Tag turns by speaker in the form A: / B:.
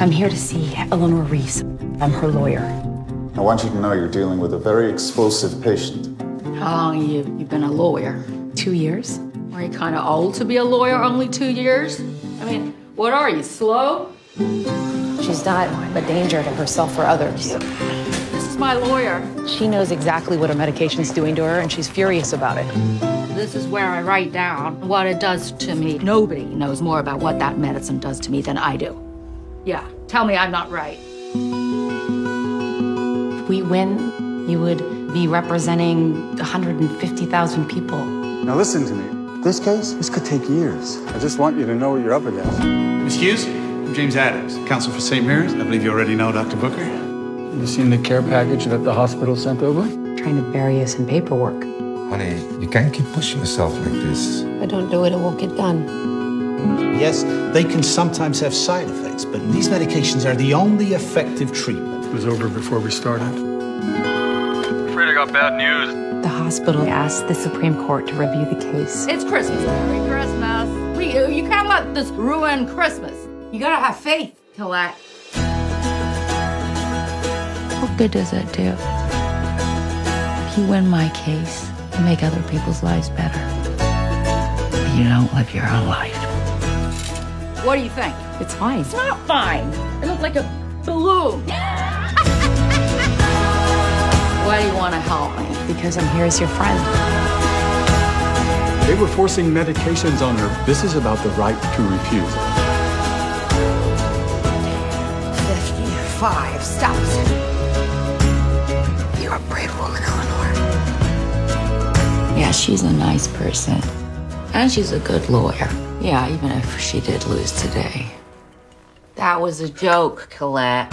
A: I'm here to see Eleanor Reese. I'm her lawyer.
B: I want you to know you're dealing with a very explosive patient.
C: How long you you been a lawyer?
A: Two years?
C: Are you kind of old to be a lawyer? Only two years? I mean, what are you slow?
D: She's not a danger to herself or others.
C: This is my lawyer.
D: She knows exactly what her medication's doing to her, and she's furious about it.
C: This is where I write down what it does to me. Nobody knows more about what that medicine does to me than I do. Yeah, tell me I'm not right.
A: If we win, you would be representing 150,000 people.
E: Now listen to me. This case, this could take years. I just want you to know what you're up against.
F: Ms. Hughes, I'm James Adams, counsel for St. Mary's. I believe you already know Dr. Booker.
G: You seen the care package that the hospital sent over?
A: Trying to bury us in paperwork.
H: Honey, you can't keep pushing yourself like this.
I: If I don't do it, it won't get done.
J: Yes, they can sometimes have side effects, but these medications are the only effective treatment.
G: It was over before we started.
K: Afraid I got bad news.
A: The hospital asked the Supreme Court to review the case.
C: It's Christmas. Merry Christmas. We, uh, you can't let this ruin Christmas. You gotta have faith, Colette.
L: What good does that do? If you win my case, you make other people's lives better. But you don't live your own life.
C: What do you think?
A: It's fine.
C: It's not fine. It looks like a balloon. Why do you want to help me?
A: Because I'm here as your friend.
E: They were forcing medications on her. This is about the right to refuse.
I: 55 stops. You're a brave woman, Eleanor.
L: Yeah, she's a nice person. And she's a good lawyer. Yeah, even if she did lose today.
C: That was a joke, Colette.